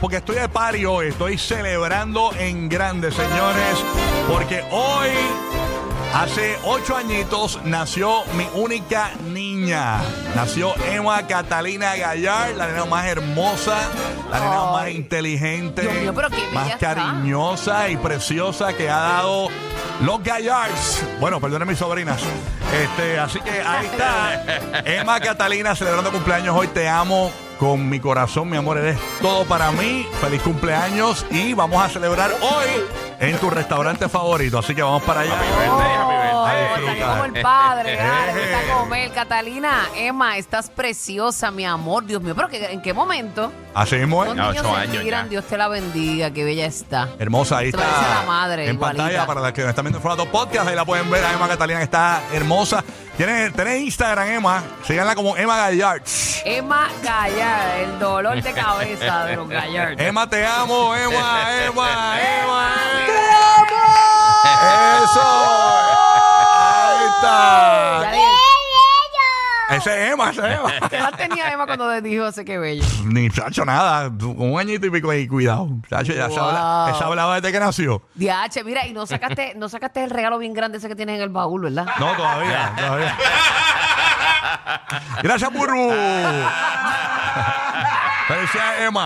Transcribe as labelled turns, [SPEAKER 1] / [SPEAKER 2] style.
[SPEAKER 1] porque estoy de party hoy. Estoy celebrando en grande, señores, porque hoy, hace ocho añitos, nació mi única niña. Nació Emma Catalina Gallar, la nena más hermosa, la nena
[SPEAKER 2] Ay.
[SPEAKER 1] más inteligente,
[SPEAKER 2] Dios mío, pero qué bella
[SPEAKER 1] más
[SPEAKER 2] está.
[SPEAKER 1] cariñosa y preciosa que ha dado los Gallards. Bueno, perdonen mis sobrinas. Este, así que ahí está. Emma Catalina celebrando cumpleaños hoy. Te amo con mi corazón, mi amor. Eres todo para mí. Feliz cumpleaños y vamos a celebrar hoy en tu restaurante favorito. Así que vamos para allá.
[SPEAKER 2] Oh,
[SPEAKER 1] Ay,
[SPEAKER 2] está
[SPEAKER 1] disfruta.
[SPEAKER 2] como el padre, dale,
[SPEAKER 1] Eh.
[SPEAKER 2] vete a comer. Catalina, Emma, estás preciosa, mi amor. Dios mío, pero que- ¿en qué momento?
[SPEAKER 1] Así mismo. es.
[SPEAKER 2] Los
[SPEAKER 3] Ya,
[SPEAKER 2] niños
[SPEAKER 3] ocho
[SPEAKER 2] se
[SPEAKER 3] años
[SPEAKER 2] tiran,
[SPEAKER 3] ya.
[SPEAKER 2] Dios te la bendiga, qué bella está.
[SPEAKER 1] Hermosa, ahí
[SPEAKER 2] Se
[SPEAKER 1] está.
[SPEAKER 2] parece a la madre,
[SPEAKER 1] En
[SPEAKER 2] igualita.
[SPEAKER 1] pantalla, para las que nos están viendo en formato podcast, ahí la pueden ver a Emma Catalina, que está hermosa. Tiene, tenés Instagram, Emma. Síganla como Emma Gallards.
[SPEAKER 2] Emma Gallar, el dolor de cabeza de los Gallards.
[SPEAKER 3] Eh,
[SPEAKER 1] Emma, te amo, Emma, Emma, Emma. ¡Te amo! ¡Eso! Ahí
[SPEAKER 3] ah,
[SPEAKER 2] Ya
[SPEAKER 1] está.
[SPEAKER 2] dije,
[SPEAKER 1] Ese es Emma, ese es Emma.
[SPEAKER 2] ¿Qué edad tenía Emma cuando te dijo ese que bello?
[SPEAKER 1] Ni Chacho nada, un añito y pico ahí, cuidado. Chacho, ya se
[SPEAKER 2] Wow.
[SPEAKER 1] habla- esa hablaba desde que nació.
[SPEAKER 2] Diache, mira, y no sacaste, no sacaste el regalo bien grande ese que tienes en el baúl, ¿verdad?
[SPEAKER 1] No, todavía, todavía. Gracias, Burru. Felicidades, Emma.